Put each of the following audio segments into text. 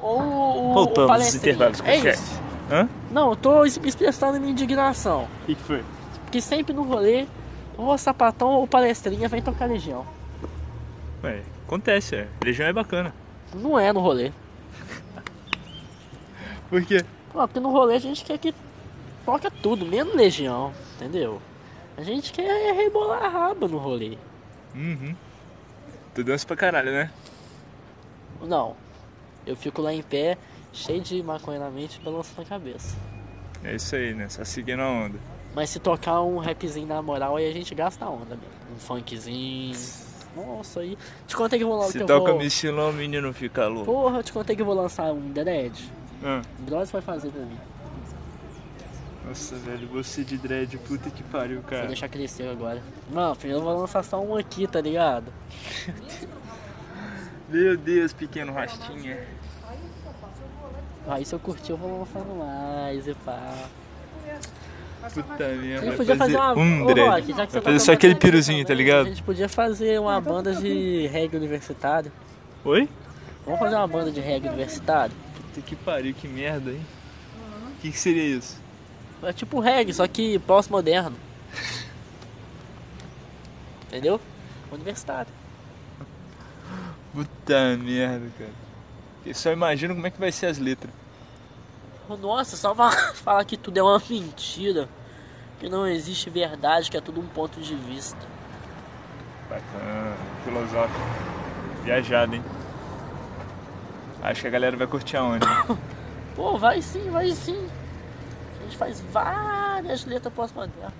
Ou o- o Voltamos dos palestrinha. intervalos com é o chefe. isso. Hã? Não, eu tô es- expressando minha indignação. O que, que foi? Porque sempre no rolê, ou o sapatão ou o palestrinha vem tocar legião. Ué, acontece, é. Legião é bacana. Não é no rolê. Por quê? Pô, porque no rolê a gente quer que toca tudo, menos legião, entendeu? A gente quer rebolar a raba no rolê. Uhum. Tu dança pra caralho, né? Não. Eu fico lá em pé, cheio de maconha na mente, balançando a cabeça. É isso aí, né? Só seguindo a onda. Mas se tocar um rapzinho na moral, aí a gente gasta a onda mesmo. Um funkzinho. Nossa, aí. Te contei que eu vou lançar. Se que eu toca vou... mexilão, o menino fica louco. Porra, eu te contei que eu vou lançar um The Dead. Ah. O Bros vai fazer pra mim. Nossa, velho, você de dread, puta que pariu, Vou cara. deixar crescer agora. Não, primeiro eu vou lançar só um aqui, tá ligado? Meu Deus, pequeno rastinha. Aí se eu curtir, eu vou lançando mais e pá. Puta minha, gente vai podia fazer fazer, uma- um ô, dread. Rock, já que você tá vai fazer só tocando aquele bateria piruzinho, tá A ligado? gente podia fazer uma banda de reggae universitário. Oi? Vamos fazer uma banda de reggae universitário? Puta que pariu, que merda, hein? Uhum. O que, que seria isso? É tipo reggae, só que pós-moderno. Entendeu? Universitário. Puta merda, cara. Eu só imagino como é que vai ser as letras. Nossa, só fa- falar que tudo é uma mentira. Que não existe verdade, que é tudo um ponto de vista. Bacana, filosófico. Viajado, hein? Acho que a galera vai curtir a onda. hein? Pô, vai sim, vai sim. A gente faz várias letras pós-modernas.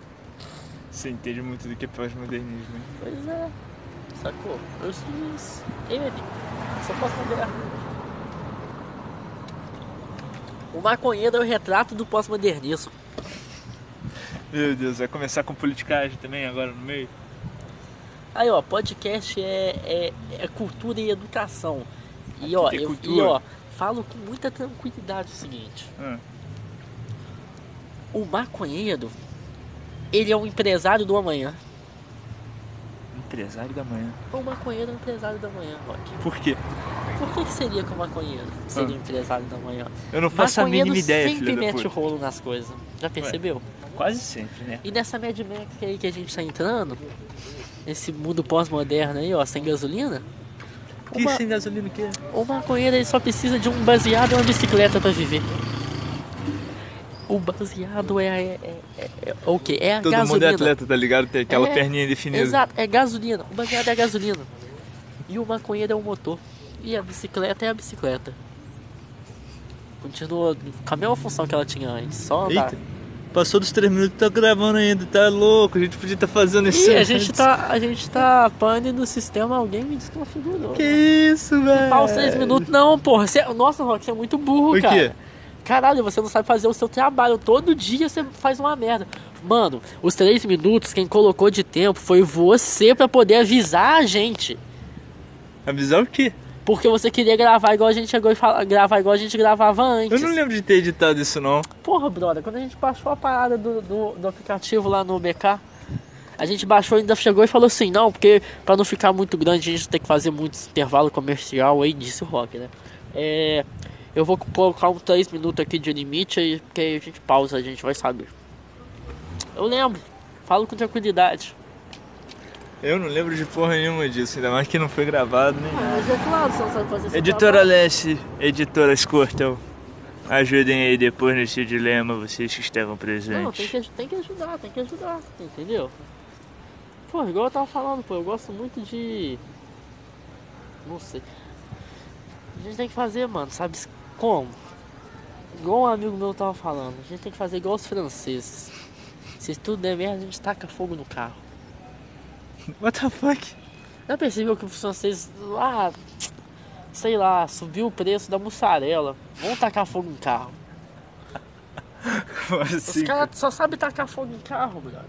Você entende muito do que é pós-modernismo, hein? Pois é. Sacou? Eu estudo isso. Ei, bebê. Só pós-moderno. O maconheiro é o retrato do pós-modernismo. Meu Deus, vai começar com politicagem também agora no meio? Aí, ó, podcast é, é, é cultura e educação. E ó, tem eu, e, cultura. ó, falo com muita tranquilidade o seguinte. Ah. O maconheiro, ele é o empresário do amanhã. Empresário da manhã. O maconheiro é o empresário do amanhã, Rock. Por quê? Por que que seria que o maconheiro seria Ah. o empresário da manhã? Eu não faço a Maconheiro mínima ideia, sempre filho da mete o puta. rolo nas coisas. Já percebeu? Quase sempre, né? E nessa Mad Max aí que a gente tá entrando, nesse mundo pós-moderno aí, ó, sem gasolina, Que Uma- sem gasolina o quê? o maconheiro ele só precisa de um baseado e uma bicicleta pra viver. O baseado é, é, é, é, é o quê? É a Todo gasolina. mundo é atleta, tá ligado? Tem aquela É, perninha definida. Exato, é gasolina. O baseado é a gasolina. E o maconheiro é o motor. E a bicicleta é a bicicleta. Continua com a mesma função que ela tinha antes, só andar. Eita, passou dos 3 minutos tá gravando ainda, tá louco? A gente podia estar fazendo isso. Ih, a gente antes. tá, a gente tá pane do sistema, alguém me desconfigurou. Que isso, velho? Pau, seis minutos, não, porra. Você, nossa, Rock, você é muito burro, Por cara. quê? Caralho, você não sabe fazer o seu trabalho. Todo dia você faz uma merda. Mano, os três minutos, quem colocou de tempo foi você pra poder avisar a gente. Avisar o quê? Porque Porque você queria gravar igual a gente chegou e fala, gravar igual a gente gravava Eu antes. não lembro de ter editado isso, não. Porra, brother, quando a gente baixou a parada do, do, do aplicativo lá no BK, a gente baixou e ainda chegou e falou assim, não, porque pra não ficar muito grande, a gente tem que fazer muito intervalo comercial aí, disse o Rock, né? É, eu vou colocar uns 3 minutos aqui de limite, aí, porque aí a gente pausa, a gente vai saber. Eu lembro, falo com tranquilidade. Eu não lembro de porra nenhuma disso, ainda mais que não foi gravado, né? Mas é claro, você não sabe fazer Editora Leste, editoras curtam. Ajudem aí depois nesse dilema, vocês que estavam Não, tem presentes. que, aj- tem que ajudar, tem que ajudar, entendeu? Pô, igual eu tava falando, pô, eu gosto muito de. Não sei. A gente tem que fazer, mano, sabe s- como? Igual um amigo meu tava falando, a gente tem que fazer igual os franceses. Se tudo der merda, a gente taca fogo no carro. What the fuck? Já percebeu que os franceses lá, sei lá, subiu o preço da mussarela. Vão tacar fogo no carro. Como Os assim, cara? caras só sabem tacar fogo em carro, brother.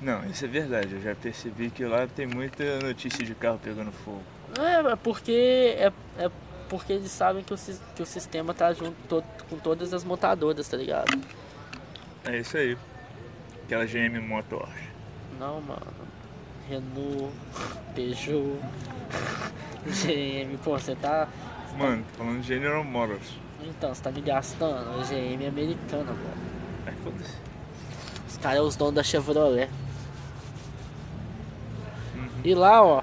Não, isso é verdade. Eu já percebi que lá tem muita notícia de carro pegando fogo. É, é porque é, é porque eles sabem que o, sis- que o sistema tá junto to- com todas as montadoras, tá ligado? É isso aí. Aquela GM Motor. Não, mano. Renault, Peugeot, GM, pô, você tá. Mano, tô falando de General Motors. Então, você tá me gastando. A GM é americana, pô. Ai, foda-se. Os caras são os donos da Chevrolet. E lá, ó.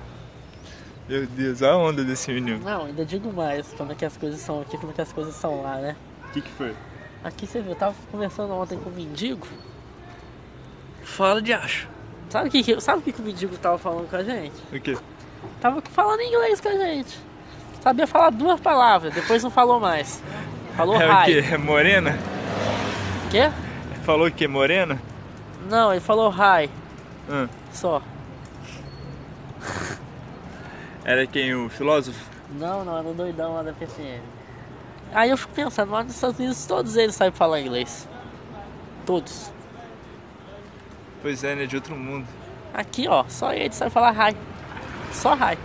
Meu Deus, olha a onda desse menino. Não, ainda digo mais como é que as coisas são aqui, como é que as coisas são lá, né? O que que foi? Aqui você viu, eu tava conversando ontem com o mendigo. Fala de acho. Sabe o que, que- sabe o que, que o mendigo tava falando com a gente? O quê? Tava falando inglês com a gente. Sabia falar duas palavras, depois não falou mais. Falou é o hi. quê? É morena? Quê? Falou o quê? Morena? Não, ele falou hi. Hã. Só. Era quem? O filósofo? Não, não, era um doidão lá da PCM. Aí eu fico pensando, mas nos Estados Unidos todos eles sabem falar inglês. Todos. Pois é, né? De outro mundo. Aqui, ó, só ele sabe falar hi. Só hi.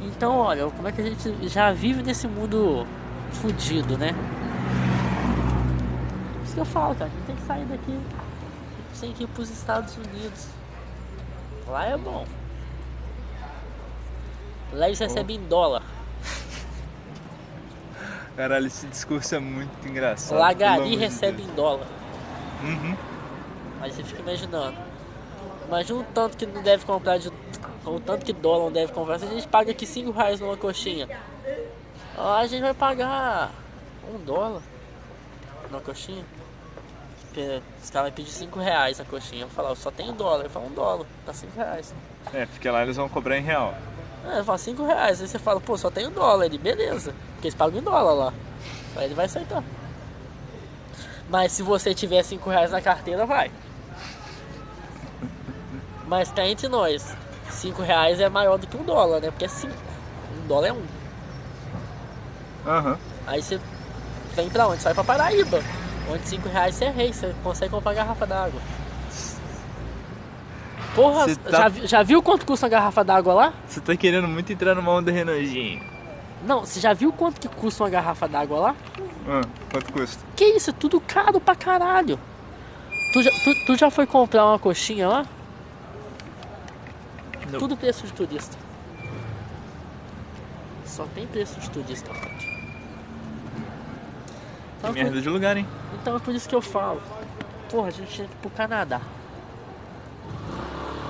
Então, olha, como é que a gente já vive nesse mundo fudido, né? Por isso que eu falo, cara, a gente tem que sair daqui. A gente tem que ir pros Estados Unidos. Lá é bom. Lá eles recebem em dólar. Caralho, esse discurso é muito engraçado. pelo Lagari amor de recebe Deus. em dólar. Uhum. Aí você fica imaginando. Imagina o tanto que não deve comprar de. O tanto que dólar não deve comprar. Se a gente paga aqui 5 reais numa coxinha. Lá a gente vai pagar um dólar numa coxinha. Porque os caras vão pedir 5 reais a coxinha. Eu falo, só tem um dólar. Eu falo, um dólar, dá 5 reais. É, porque lá eles vão cobrar em real. É, eu falo, 5 reais. Aí você fala, pô, só tem um dólar. Ele, beleza. Porque eles pagam em dólar lá. Aí ele vai aceitar. Mas se você tiver 5 reais na carteira, vai. Mas cá entre nós, 5 reais é maior do que um dólar, né? Porque é 5. Um dólar é um. Aham. Aí você vem pra onde? Sai pra Paraíba. Onde 5 reais você é rei, você consegue comprar garrafa d'água. Porra, Você tá- já, vi- já viu quanto custa uma garrafa d'água lá? Você tá querendo muito entrar numa onda Renanjinho. Não, você já viu quanto que custa uma garrafa d'água lá? Ah, quanto custa? Que isso, é tudo caro pra caralho. Tu já, tu, tu já foi comprar uma coxinha lá? Não. Tudo preço de turista. Só tem preço de turista. cara. Então, é Merda por, de lugar, hein? então é por isso que eu falo. Porra, a gente tinha que ir pro Canadá.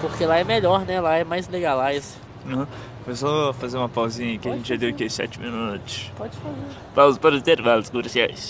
Porque lá é melhor, né? Lá é mais legalize. Aham. Foi só fazer uma pausinha que a Pode gente já deu fazer. aqui 7 minutos. Pode fazer. Vamos para os intervalos comerciais.